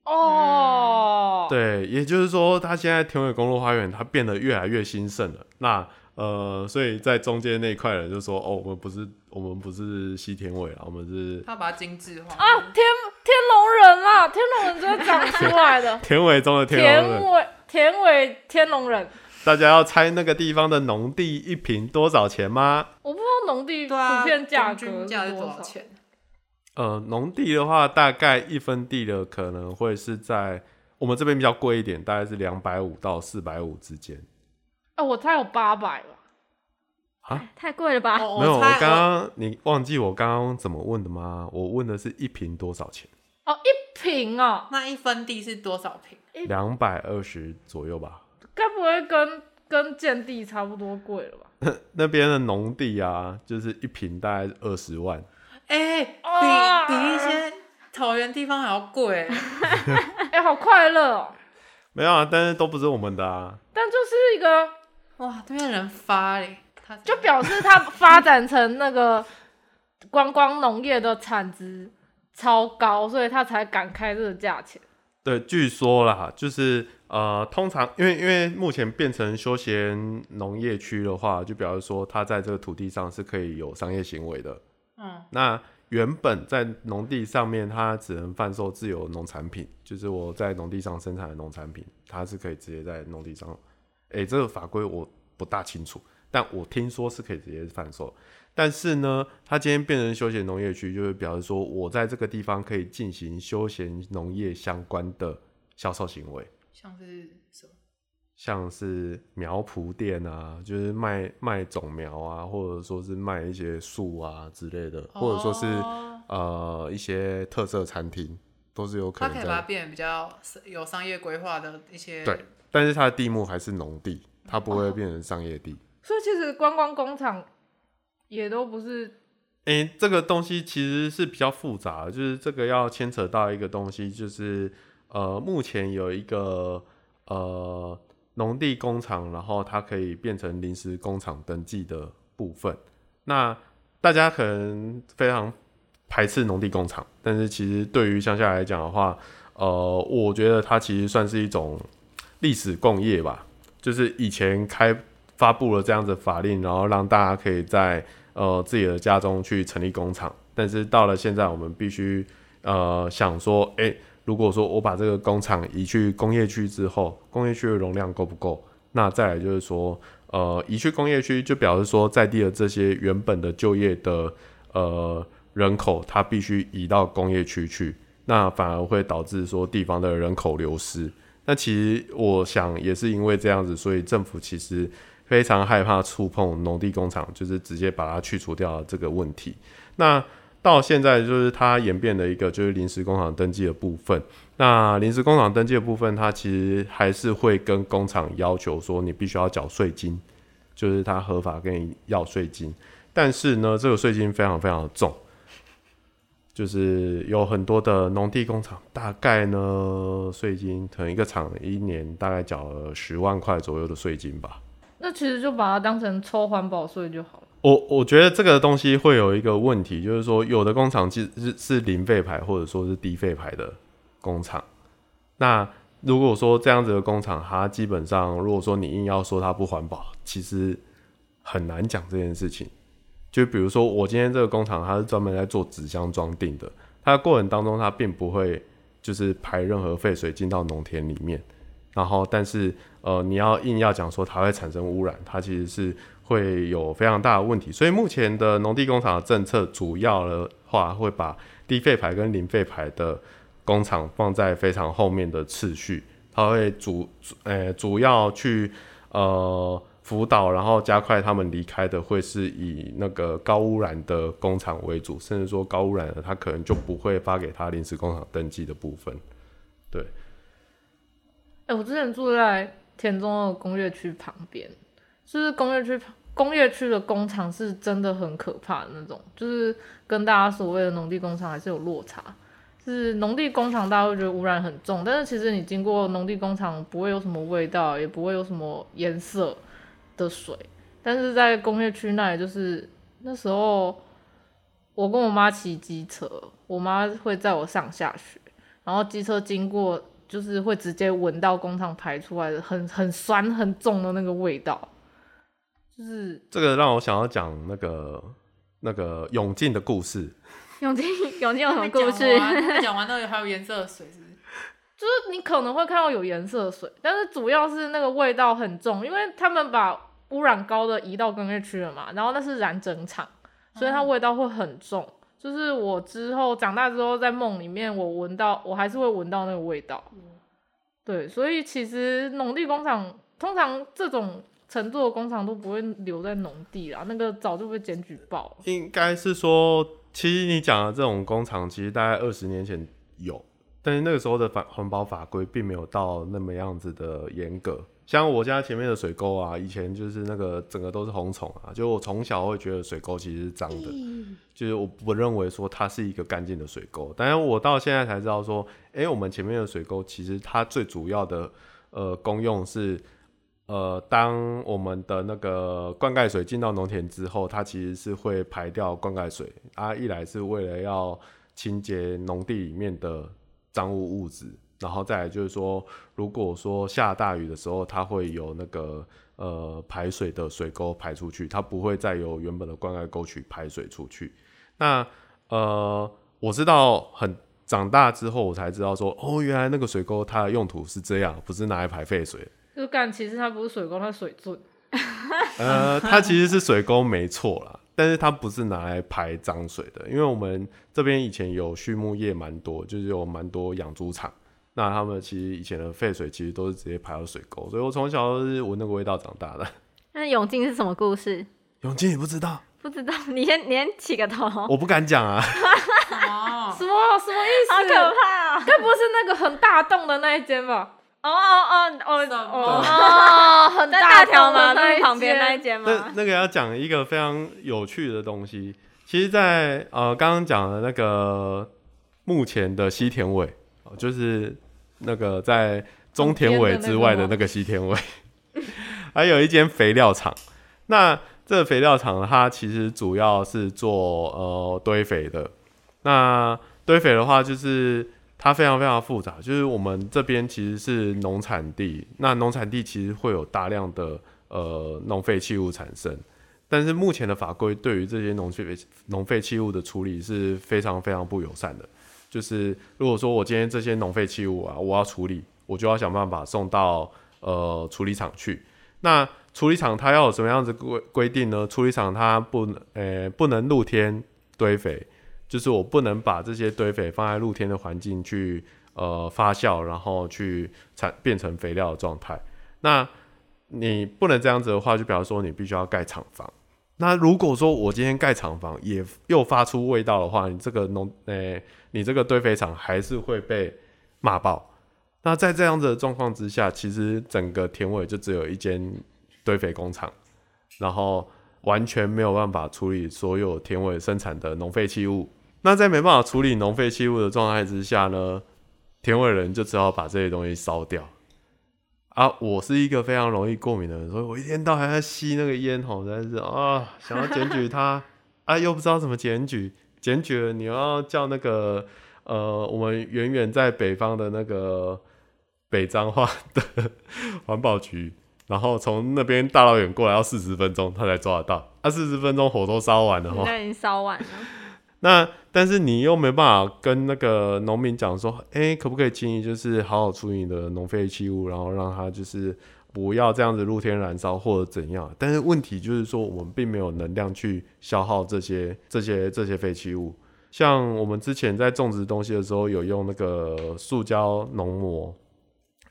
S3: 哦，
S2: 对，也就是说，它现在田尾公路花园它变得越来越兴盛了。那呃，所以在中间那一块人就说：“哦，我们不是我们不是西田尾啊，我们是，
S4: 他把它精致化
S3: 啊，天天龙人啦，天龙人就是长出来的
S2: 田尾中的田
S3: 田
S2: 龙人。
S3: 尾田尾天龙人，
S2: 大家要猜那个地方的农地一平多少钱吗？
S3: 我不知道农地
S4: 对啊，
S3: 普遍价
S4: 平
S3: 格
S4: 均价
S3: 是
S4: 是多
S3: 多
S4: 少钱？
S2: 呃，农地的话，大概一分地的可能会是在我们这边比较贵一点，大概是两百五到四百五之间。
S3: 啊，我猜有八百吧。
S1: 太贵了吧？
S4: 我
S2: 没有，我
S4: 猜
S2: 刚刚你忘记我刚刚怎么问的吗？我问的是一瓶多少钱，
S3: 哦，一瓶哦，
S4: 那一分地是多少平？
S2: 两百二十左右吧。
S3: 该不会跟跟建地差不多贵了吧？
S2: 那边的农地啊，就是一瓶大概二十万，
S4: 哎、哎、
S3: 啊
S4: 比比一些桃园地方还要 贵。
S3: 哎、好快乐哦！
S2: 没有啊，但是都不是我们的啊。
S3: 但就是一个，
S4: 哇，对面人发嘞，他
S3: 就表示它发展成那个观光农业的产值超高，所以它才敢开这个价钱。
S2: 对，据说啦，就是呃，通常因为因为目前变成休闲农业区的话，就表示说它在这个土地上是可以有商业行为的。
S4: 嗯，
S2: 那原本在农地上面，它只能贩售自有农产品，就是我在农地上生产的农产品，它是可以直接在农地上。诶，这个法规我不大清楚，但我听说是可以直接贩售。但是呢，它今天变成休闲农业区，就是表示说我在这个地方可以进行休闲农业相关的销售行为。
S4: 像是什么？
S2: 像是苗圃店啊，就是卖卖种苗啊，或者说是卖一些树啊之类的，或者说是
S4: 哦
S2: 呃一些特色餐厅，都是有可
S4: 他
S2: 能
S4: 可以把它
S2: 在。
S4: 变得比较有商业规划的一些，
S2: 对，但是它的地目还是农地，它不会变成商业地。
S3: 所以其实观光工厂也都不是
S2: 诶、这个东西其实是比较复杂的，就是这个要牵扯到一个东西，就是呃，目前有一个呃农地工厂，然后它可以变成临时工厂登记的部分。那大家可能非常排斥农地工厂，但是其实对于乡下来讲的话，呃，我觉得它其实算是一种历史共业吧，就是以前开发布了这样子的法令，然后让大家可以在呃自己的家中去成立工厂。但是到了现在，我们必须呃想说，诶，如果说我把这个工厂移去工业区之后，工业区的容量够不够？那再来就是说，呃，移去工业区就表示说，在地的这些原本的就业的呃人口，它必须移到工业区去，那反而会导致说地方的人口流失。那其实我想也是因为这样子，所以政府其实非常害怕触碰农地工厂，就是直接把它去除掉这个问题。那到现在就是它演变的一个就是临时工厂登记的部分。那临时工厂登记的部分，它其实还是会跟工厂要求说你必须要缴税金，就是它合法跟你要税金。但是呢，这个税金非常非常的重，就是有很多的农地工厂，大概呢税金可能一个厂一年大概缴了十万块左右的税金吧。
S3: 那其实就把它当成抽环保税就好了。
S2: 我我觉得这个东西会有一个问题，就是说有的工厂其实是是零废牌或者说是低废牌的工厂。那如果说这样子的工厂，它基本上如果说你硬要说它不环保，其实很难讲这件事情。就比如说我今天这个工厂，它是专门在做纸箱装订的，它的过程当中它并不会就是排任何废水进到农田里面。然后，但是呃，你要硬要讲说它会产生污染，它其实是呃会有非常大的问题。所以目前的农地工厂的政策，主要的话会把低废牌跟零废牌的工厂放在非常后面的次序，它会主主呃主要去呃辅导，然后加快他们离开的，会是以那个高污染的工厂为主，甚至说高污染的，它可能就不会发给他临时工厂登记的部分。对，
S3: 哎、我之前住在田中的工业区旁边，就是工业区旁工业区的工厂是真的很可怕的那种，就是跟大家所谓的农地工厂还是有落差。就是农地工厂，大家会觉得污染很重，但是其实你经过农地工厂，不会有什么味道，也不会有什么颜色的水。但是在工业区那里，就是那时候我跟我妈骑机车，我妈会载我上下学，然后机车经过就是会直接闻到工厂排出来的很很酸很重的那个味道，就是
S2: 这个让我想要讲那个那个永进的故事。
S1: 永进永进有什么
S4: 还没
S1: 故
S4: 讲
S1: 事？
S4: 完还没讲完那里还有颜色的水是不是？
S3: 就是你可能会看到有颜色的水，但是主要是那个味道很重，因为他们把污染高的移到工业区了嘛，然后那是染整厂，所以它味道会很重。就是我之后长大之后，在梦里面我闻到，我还是会闻到那个味道。对，所以其实农地工厂通常这种程度的工厂都不会留在农地啦，那个早就被检举报了。
S2: 应该是说，其实你讲的这种工厂，其实大概二十年前有，但是那个时候的法环保法规并没有到那么样子的严格。像我家前面的水沟啊，以前就是那个整个都是红虫啊，就我从小会觉得水沟其实是脏的，就是我不认为说它是一个干净的水沟。但是我到现在才知道说，哎、我们前面的水沟其实它最主要的呃功用是，呃，当我们的那个灌溉水进到农田之后，它其实是会排掉灌溉水啊，一来是为了要清洁农地里面的脏污物质，然后再来就是说，如果说下大雨的时候，它会有那个呃排水的水沟排出去，它不会再由原本的灌溉沟渠排水出去。那呃，我知道很长大之后，我才知道说，哦，原来那个水沟它的用途是这样，不是拿来排废水。
S3: 就干，其实它不是水沟，它是水樽。
S2: 呃，它其实是水沟没错啦，但是它不是拿来排脏水的，因为我们这边以前有畜牧业蛮多，就是有蛮多养猪场，那他们其实以前的废水其实都是直接排到水沟，所以我从小都是闻那个味道长大的。
S1: 那永靖是什么故事？
S2: 永进你不知道，
S1: 不知道，你先你先起个头，好
S2: 我不敢讲啊，
S4: 哦，
S3: 什么什么意思？
S1: 可怕啊！
S3: 该不是那个很大洞的那一间吧？
S1: 哦哦哦哦
S4: 什么
S1: 哦，很
S3: 大
S1: 大条
S3: 栋的
S1: 马
S3: 那
S1: 路
S3: 一
S1: 旁边
S3: 间
S1: 那一间
S2: 那
S1: 吗？
S2: 那个要讲一个非常有趣的东西，其实在，呃刚刚讲的那个目前的西田尾，哦就是那个在中田尾之外的那个西田尾， 还有一间肥料厂。那这个肥料厂它其实主要是做呃堆肥的。那堆肥的话，就是它非常非常复杂，就是我们这边其实是农产地，那农产地其实会有大量的呃农废弃物产生。但是目前的法规对于这些农废农废弃物的处理是非常非常不友善的。就是如果说我今天这些农废弃物啊，我要处理，我就要想办法送到呃处理厂去。那处理厂它要有什么样子规规定呢？处理厂它不能呃不能露天堆肥，就是我不能把这些堆肥放在露天的环境去呃发酵，然后去产变成肥料的状态。那你不能这样子的话，就比方说你必须要盖厂房。那如果说我今天盖厂房也又发出味道的话，你这个农呃诶、你这个堆肥厂还是会被骂爆。那在这样子的状况之下，其实整个田尾就只有一间堆肥工厂，然后完全没有办法处理所有田尾生产的农废弃物。那在没办法处理农废弃物的状态之下呢，田尾人就只好把这些东西烧掉。啊，我是一个非常容易过敏的人，所以我一天到晚在吸那个烟吼，真是啊，想要检举他啊，又不知道怎么检举，检举了你又要叫那个呃，我们远远在北方的那个北彰化的环保局，然后从那边大老远过来要四十分钟，他才抓得到。啊，四十分钟火都烧完了吼，
S1: 那已经烧完了，
S2: 那但是你又没办法跟那个农民讲说，哎、可不可以建议就是好好处理你的农废弃物，然后让它就是不要这样子露天燃烧或者怎样。但是问题就是说，我们并没有能量去消耗这些这些这些废弃物。像我们之前在种植东西的时候，有用那个塑胶农膜，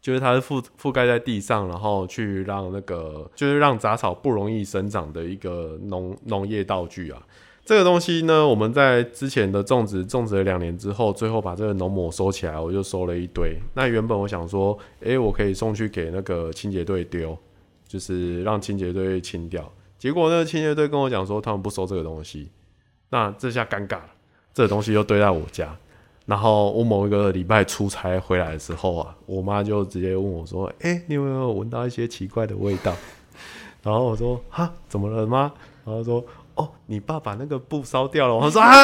S2: 就是它是覆覆盖在地上，然后去让那个就是让杂草不容易生长的一个农农业道具啊。这个东西呢，哎我们在之前的种植种植了两年之后，最后把这个农抹收起来，我就收了一堆。那原本我想说，诶，我可以送去给那个清洁队丢，就是让清洁队清掉。结果那个清洁队跟我讲说，他们不收这个东西。那这下尴尬了，这个东西又堆在我家。然后我某一个礼拜出差回来的时候啊，我妈就直接问我说：“诶，你有没有闻到一些奇怪的味道？”然后我说：“哈，怎么了吗？”然后说：“哦，你爸把那个布烧掉了。”我 说：“啊，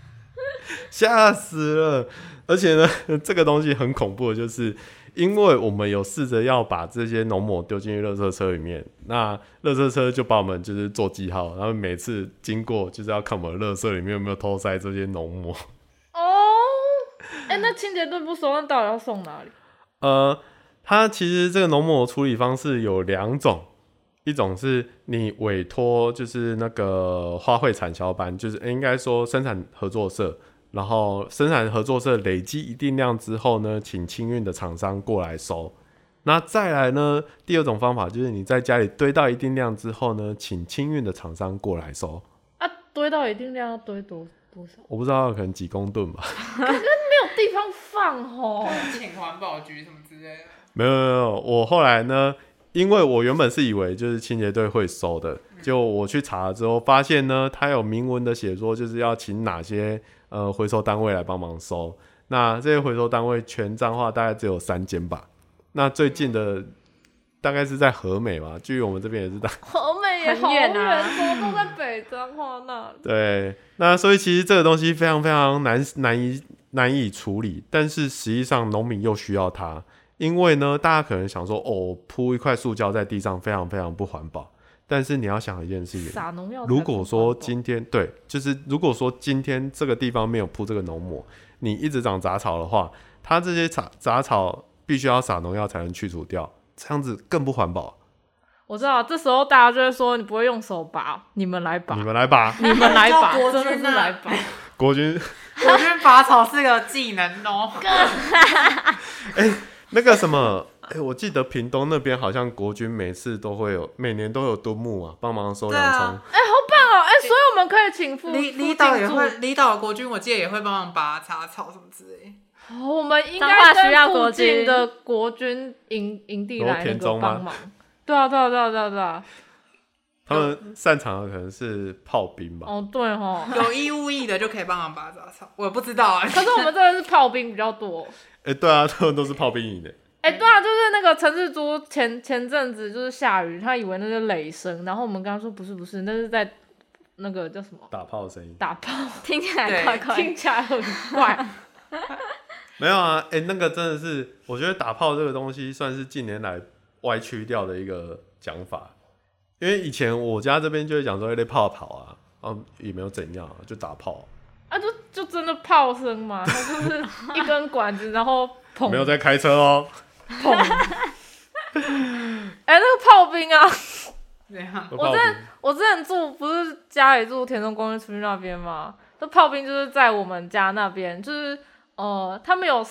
S2: 吓死了！而且呢， 这个东西很恐怖的，就是因为我们有试着要把这些农抹丢进去垃圾车里面，那垃圾车就把我们就是做记号，然后每次经过就是要看我们的垃圾里面有没有偷塞这些农抹。
S3: 哦，哎、那清洁队不收，那到底要送哪里？
S2: 呃，它其实这个农抹处理方式有两种，一种是你委托就是那个花卉产销班，就是呃应该说生产合作社，然后生产合作社累积一定量之后呢，请清运的厂商过来收。那再来呢，第二种方法就是你在家里堆到一定量之后呢，请清运的厂商过来收。
S3: 啊，堆到一定量要堆多多少？
S2: 我不知道，可能几公吨吧。
S3: 没有地方放哦。
S4: 请环保局什么之类的。
S2: 没有没有没有，我后来呢，因为我原本是以为就是清洁队会收的，就我去查了之后发现呢，它有明文的写说就是要请哪些呃回收单位来帮忙收。那这些回收单位全彰化大概只有三间吧，那最近的大概是在和美吧，距离我们这边也是大
S3: 好美哦也
S1: 很
S3: 好
S1: 远啊
S3: 怎么都在北彰化那。
S2: 对，那所以其实这个东西非常非常难难以难以处理，但是实际上农民又需要它，因为呢，大家可能想说，哦，铺一块塑胶在地上非常非常不环保，但是你要想一件事情，
S3: 撒农药才不环
S2: 如
S3: 保。
S2: 果说今天对，就是如果说今天这个地方没有铺这个农膜，你一直长杂草的话，它这些杂杂草必须要撒农药才能去除掉，这样子更不环保。
S3: 我知道，这时候大家就会说你不会用手拔，你们来拔，
S2: 你
S3: 你
S2: 们来吧，
S3: 们来拔，
S4: 国
S3: 真
S4: 军
S3: 的
S4: 啊
S3: 是来拔。
S2: 国军。
S4: 我觉得拔草是个技能 哦。
S2: 那个什么，哎、我记得屏东那边好像国军每次都会有，每年都有敦木啊，帮忙收
S4: 对
S2: 洋
S4: 啊
S2: 葱。
S3: 哎，好棒 哦！哎，所以我们可以请附
S4: 离
S3: 附
S4: 离
S3: 近
S4: 岛也
S3: 住
S4: 会，离岛的国军我记得也会帮忙拔杂草什么之类的。
S3: 哦，我们应
S1: 彰化
S3: 该
S1: 需要
S3: 跟
S1: 国
S3: 附
S1: 军
S3: 近的国军营营地
S2: 然后
S3: 来那
S2: 田
S3: 个
S2: 中吗
S3: 帮忙。对啊，对啊，对啊，对啊，对啊。
S2: 他们擅长的可能是炮兵吧。
S3: 哦，对哦。
S4: 有意无意的就可以帮忙拔杂草，我也不知道 啊。
S3: 可是我们这边是炮兵比较 多。
S2: 哎、对啊， 他们都是炮兵营的。
S3: 哎、对啊，就是那个陈志珠前前阵子就是下雨，他以为那是雷声，然后我们跟他说不是不是，那是在那个叫什么
S2: 打炮的声音
S3: 打炮，
S1: 听起来怪怪 的。
S3: 听起来很怪。
S2: 没有啊，哎、那个真的是，我觉得打炮这个东西算是近年来歪曲掉的一个讲法，因为以前我家这边就会讲说，哎、炮跑啊，啊也没有怎样啊、就打炮，
S3: 啊，就就真的炮声 嘛，它就是一根管子，然后砰
S2: 没有在开车哦。
S3: 砰。哎、那个炮兵啊，
S4: 这样，
S2: 炮
S3: 我
S2: 兵
S3: 真的我之前住不是家里住田中公园出去那边吗？那炮兵就是在我们家那边，就是呃，他们有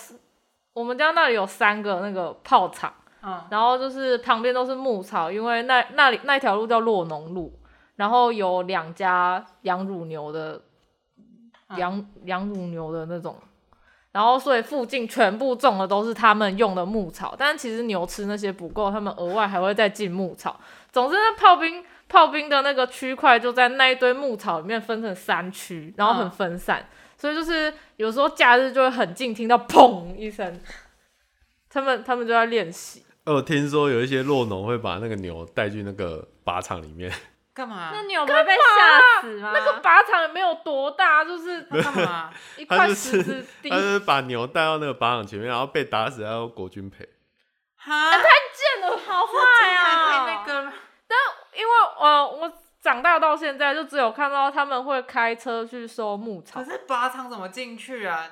S3: 我们家那里有三个那个炮厂。
S4: 嗯，
S3: 然后就是旁边都是牧草，因为那那里那条路叫洛农路，然后有两家养乳牛的
S4: 嗯
S3: 养养乳牛的那种，然后所以附近全部种的都是他们用的牧草，但其实牛吃那些不够，他们额外还会再进牧草。总之，那炮兵炮兵的那个区块就在那一堆牧草里面分成三区，然后很
S4: 嗯
S3: 分散，所以就是有时候假日就会很近听到砰一声，他们他们就在练习。
S2: 呃我听说有一些落农会把那个牛带去那个靶场里面，
S4: 干嘛
S1: 那？你有没有被吓死吗？
S3: 那个靶场也没有多大，就是
S4: 那干 嘛？
S3: 一
S2: 啊 他
S3: 块
S2: 就是
S3: 石子地。
S2: 他就是把牛带到那个靶场前面，然后被打死，然后国军赔。
S4: 哈，
S3: 见的好坏
S4: 太
S3: 啊！
S4: 那个了。
S3: 因为呃，我长大到现在就只有看到他们会开车去收牧草
S4: 可，是靶场怎么进去啊？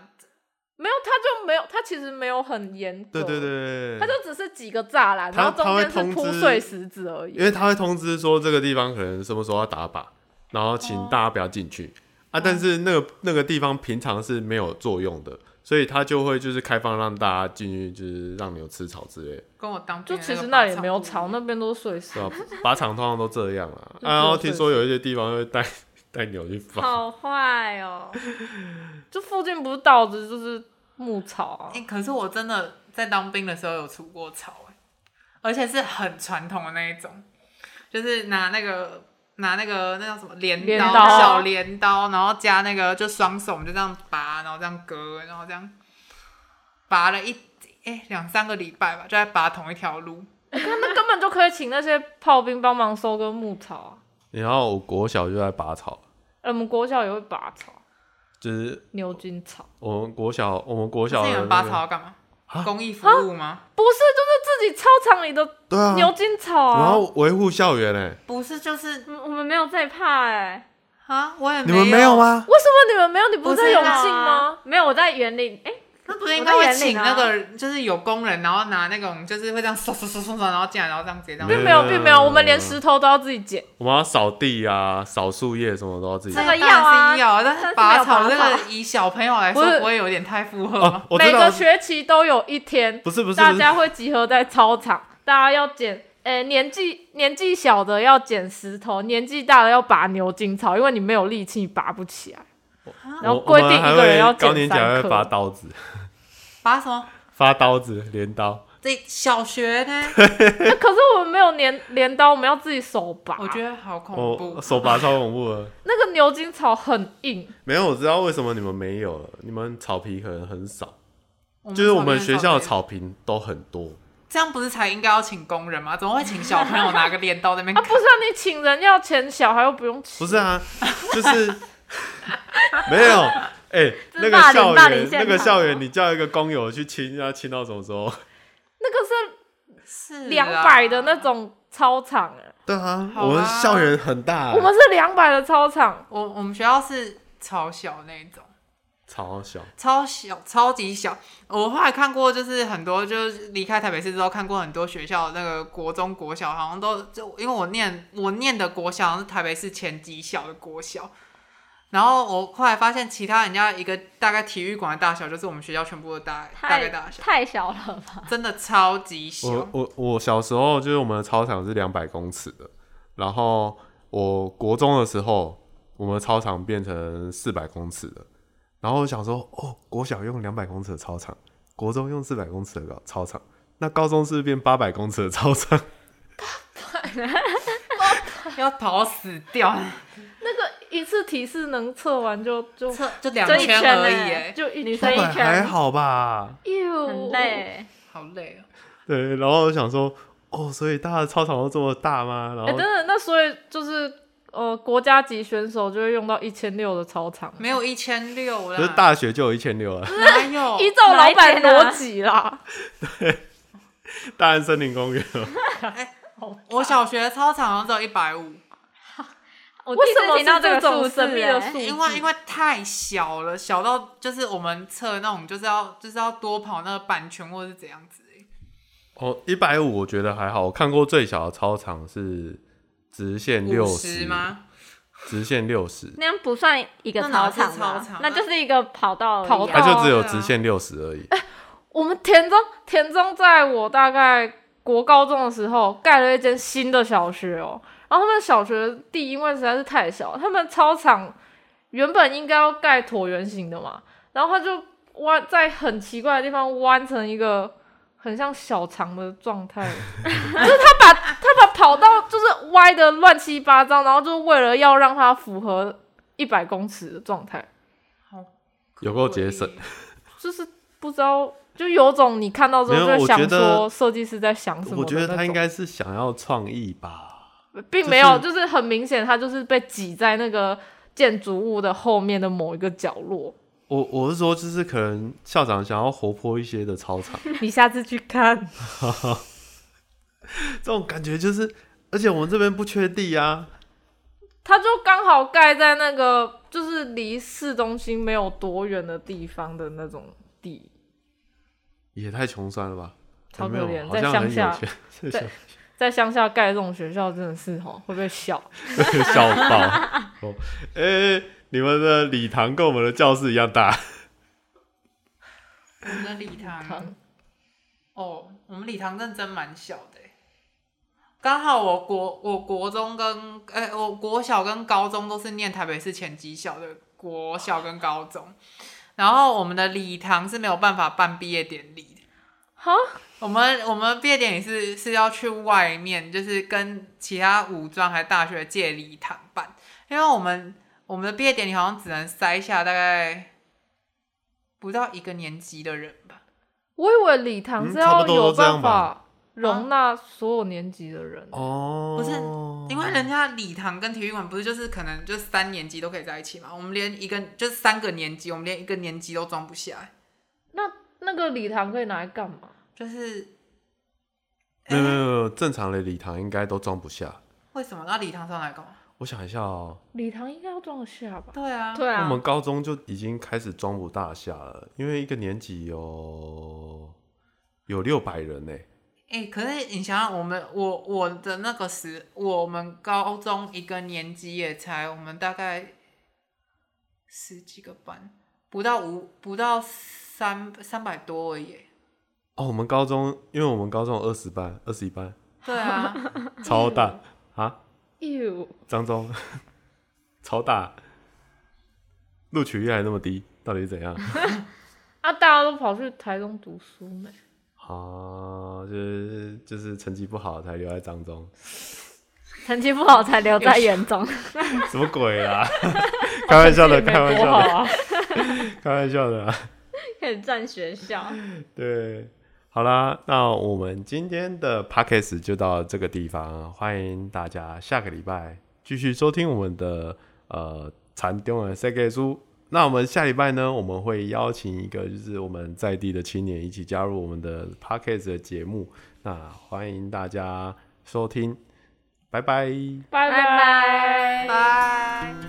S3: 没有，他就没有，他其实没有很严格，
S2: 对对，对对
S3: 哦他
S2: 对，
S3: 就只是几个栅栏，
S2: 他
S3: 然后中间
S2: 他会
S3: 是铺
S2: 通知
S3: 碎石子而已
S2: 因。为他会通知说这个地方可能什么时候要打靶，然后请
S3: 哦
S2: 大家不要进去、啊。
S3: 嗯
S2: 但是那个那个地方平常是没有作用的，所以他就会就是开放让大家进去，就是让牛吃草之类的，
S4: 跟我当兵
S3: 就
S4: 的
S3: 其
S4: 个
S3: 实
S4: 靶
S3: 那里也
S4: 场
S3: 没有
S4: 不一
S3: 草，
S4: 样
S3: 那边都是碎石
S2: 对。吧、啊靶场通常都这样啊。
S3: 就
S2: 啊然后
S3: 只有
S2: 听说有一些地方会带 带牛去放，
S1: 好坏哦，
S3: 就附近不是稻子就是牧草啊
S4: 哎、，可是我真的在当兵的时候有除过草、欸，而且是很传统的那一种，就是拿那个拿那个那叫什么镰
S3: 镰
S4: 刀
S3: 刀
S4: 小镰刀，然后加那个就双手我们就这样拔，然后这样割，然后这样拔了一哎两、三个礼拜吧，就在拔同一条路。
S3: 那根本就可以请那些炮兵帮忙收割牧草啊。
S2: 然后我国小就在拔草，
S3: 呃我们国小也会拔草，
S2: 就是
S3: 牛筋草。
S2: 我们国小我们国
S4: 是
S2: 小的、
S4: 你
S2: 那
S4: 们
S2: 个、
S4: 拔草要干嘛？
S2: 啊
S4: 公益服务吗？
S3: 不是，就是自己操场里的
S2: 对啊，
S3: 牛筋草啊。
S2: 然后维护校园哎、
S4: 不是，就是
S1: 我我们没有这一趴哎，
S4: 啊，我
S3: 哦
S4: 也
S2: 你们没有？吗？
S3: 为什么你们没有？你不是
S4: 不
S3: 在
S4: 知道
S3: 永
S4: 啊
S3: 庆吗？？
S1: 没有，我在园林。哎，
S4: 那不是应
S1: 我
S4: 该
S1: 在
S4: 会
S1: 园林
S4: 请
S1: 啊
S4: 那个，就是有工人，然后拿那种，就是会这样唰唰唰唰唰，然后进来，然后这样直接这样。
S2: 没
S3: 并没有，并没有，我们连石头都要自己捡。
S2: 我们要扫地啊，扫树叶什么都要自己
S1: 这
S4: 这
S1: 个。
S4: 个当然是
S1: 要
S4: 要，但
S1: 但是
S4: 是拔
S1: 没
S4: 草这
S1: 有拔
S4: 个以小朋友来
S3: 不是
S4: 说，不会有点太负荷
S2: 哦
S4: 吗？，
S2: 我
S3: 每
S2: 知
S3: 个
S2: 道，
S3: 学期都有一天，
S2: 不是不是，
S3: 大
S2: 不是
S3: 家会集合在操场，大家要捡。呃，年纪年纪 小的要捡石头，年纪大的要拔牛筋草，因为你没有力气，你拔不起来。然后
S2: 我
S3: 规定一个人要
S2: 我妈还会高
S3: 剪
S2: 年级还
S3: 三
S2: 会
S3: 颗
S2: 发刀子，
S4: 拔什么？
S2: 发刀子，镰刀。
S4: 这小学呢？
S3: 那可是我们没有镰镰刀，我们要自己手拔。
S4: 我觉得好恐怖
S2: 哦，。手拔超恐怖的。
S3: 那个牛筋草很硬，
S2: 没有，我知道为什么你们没有了，你们草皮可能很少，
S3: 嗯
S4: 们
S2: 就是我们
S4: 草原
S2: 学校的草
S4: 草
S2: 坪都很多。
S4: 这样不是才应该要请工人吗？怎么会请小朋友拿个镰刀在那
S3: 啊，
S4: 边
S3: 不是啊，你请人要钱，小孩又不用请。
S2: 不是啊，就是 没有。哎、那
S1: 这是
S2: 个
S1: 霸凌
S2: 校
S1: 霸凌
S2: 园，
S1: 现
S2: 那个
S1: 场
S2: 校
S1: 哦
S2: 园，你叫一个工友去清，要清到什么时
S3: 啊
S2: 候？
S3: 那个是
S4: 是啊
S3: 两百的那？种操场、欸，
S2: 对啊，
S4: 好
S2: 我们
S4: 啊
S2: 校园很大、
S3: 我们是两百的操场，
S4: 我我们学校是超小那种，
S2: 超小，
S4: 超小，超级小。我后来看过，就是很多，就是离开台北市之后，看过很多学校那个国中、国小，好像都就因为我念我念的国小好像是台北市前几小的国小，然后我后来发现，其他人家一个大概体育馆的大小，就是我们学校全部的大大概
S1: 太
S4: 大小，
S1: 太小了吧？
S4: 真的超级小。
S2: 我我我小时候就是我们的操场是两百公尺的，然后我国中的时候，我们的操场变成四百公尺的，然后我想说，哦，国小用两百公尺的操场，国中用四百公尺的高操场，那高中是不是变八百公尺的操场？
S4: 要跑死掉，
S3: 那个一次提示能测完就就
S4: 这这两
S1: 就一
S4: 圈
S1: 圈
S4: 而已
S1: 欸
S4: 欸，
S3: 就一
S1: 女
S3: 女
S1: 生一圈
S2: 还好吧？
S3: 哟，
S1: 很。累，
S4: 好累哦。
S2: 对，然后我想说，哦，所以大家的操场都这么大吗？然
S3: 哎、等
S2: 后
S3: 等，那所以就是呃，国家级选手就会用到一千六的操场，
S1: 哦
S4: 没有一千六啦，
S2: 可是大学 就有一千六了，
S4: 哪 有？
S3: 依照老板
S1: 哪一天啊
S3: 逻辑啦，
S2: 大安森林公园了。
S4: 我小学操场好像只有一百五，
S1: 我第
S3: 为
S1: 一
S3: 什
S1: 次
S3: 么
S1: 听到
S3: 是这
S1: 个
S3: 种
S1: 数
S3: 神
S1: 字
S3: 秘的
S1: 欸
S3: 数字？
S4: 因为因为太小了，小到就是我们测那种就是要就是要多跑那个板圈或者是怎样子欸。
S2: 哦，一百五我觉得还好，我看过最小的操场是直线六
S4: 十？吗？
S2: 直线六十，
S1: 那样不算一个
S4: 那哪
S1: 操
S4: 是
S1: 场吧
S4: 操场啊
S1: 那就是一个跑道而已啊、
S3: 跑道
S2: 它就只有
S4: 对啊
S2: 直线六十而
S3: 哎
S2: 已。
S3: 我们田中田中在我大概国高中的时候盖了一间新的小学哦，然后他们小学地因为实在是太小，他们操场原本应该要盖椭圆形的嘛，然后他就弯在很奇怪的地方弯成一个很像小肠的状态，就是他把他把跑道就是歪的乱七八糟，然后就为了要让它符合一百公尺的状态，
S2: 有够节省，
S3: 就是不知道，就有种你看到之后
S2: 没有
S3: 就想
S2: 我觉得
S3: 说设计师在想什么的那种。
S2: 我觉得他应该是想要创意吧。
S3: 并没有，
S2: 就
S3: 就是很明显，他就是被挤在那个建筑物的后面的某一个角落。
S2: 我我是说，就是可能校长想要活泼一些的 操场，
S3: 你下次去看，
S2: 这种感觉就是，而且我们这边不缺地啊，
S3: 他就刚好盖在那个就是离市中心没有多远的地方的那种地，
S2: 也太穷酸了吧？
S3: 超
S2: 没
S3: 可怜
S2: 有，好
S3: 在
S2: 像
S3: 乡
S2: 很有
S3: 下
S2: 钱，
S3: 在在乡下盖这种学校真的是吼会不会笑？
S2: 笑爆！哦，哎、你们的礼堂跟我们的教室一样大，
S4: 我们的礼
S2: 嗯
S4: 堂哦，我们礼堂认真蛮小的欸。刚好我国我国中跟哎、我国小跟高中都是念台北市前几小的国小跟高中，然后我们的礼堂是没有办法办毕业典礼的。
S3: 哈，
S4: 我们我们毕业典礼是是要去外面，就是跟其他武装还大学借礼堂办，因为我们我们的毕业典礼好像只能塞下大概不到一个年级的人吧。
S3: 我以为礼堂
S2: 嗯
S3: 是
S2: 差不
S3: 要
S2: 多
S3: 有
S2: 都这样
S3: 办
S2: 吧
S3: 法容纳所有年级的人，
S2: 哦，
S4: 不是因为人家礼堂跟体育馆不是就是可能就三年级都可以在一起嘛，我们连一个就是三个年级，我们连一个年级都装不下来，
S3: 那那个礼堂可以拿来干嘛？
S4: 就是
S2: 没有没有没有，正常的礼堂应该都装不下。
S4: 为什么那礼堂上来干嘛？
S2: 我想一下哦，
S3: 礼堂应该要装得下吧？
S4: 对啊，
S1: 对
S2: 我
S1: 啊
S2: 们，高中就已经开始装不大下了，因为一个年级有有六百人呢、
S4: 哎、可是你想想，我们我我的那个时，我们高中一个年级也才我们大概十几个班，不到五不到三三百多而 已。欸
S2: 哦，我们高中，因为我们高中二十班、二十一 班，
S4: 对啊，
S2: 超大
S3: 哎
S2: 啊，
S3: 哟，
S2: 漳州超大，录取率还那么低，到底 是怎样？
S3: 啊，大家都跑去台中读书呢。
S2: 啊，就是就是成绩不好才留在彰中，
S1: 成绩不好才留在原中，
S2: 什么鬼啦？ 开玩笑 的，
S3: 自己也没多
S2: 开玩 笑
S3: 好
S2: 的，
S3: 啊。
S2: 开玩笑的啊。
S1: 开始占学校。
S2: 对，好啦，那我们今天的 podcast 就到这个地方，欢迎大家下个礼拜继续收听我们的呃禅丢的 C K 书。那我们下礼拜呢，我们会邀请一个就是我们在地的青年一起加入我们的 podcast 的节目，那欢迎大家收听，拜拜。
S3: 拜
S1: 拜拜
S4: 拜。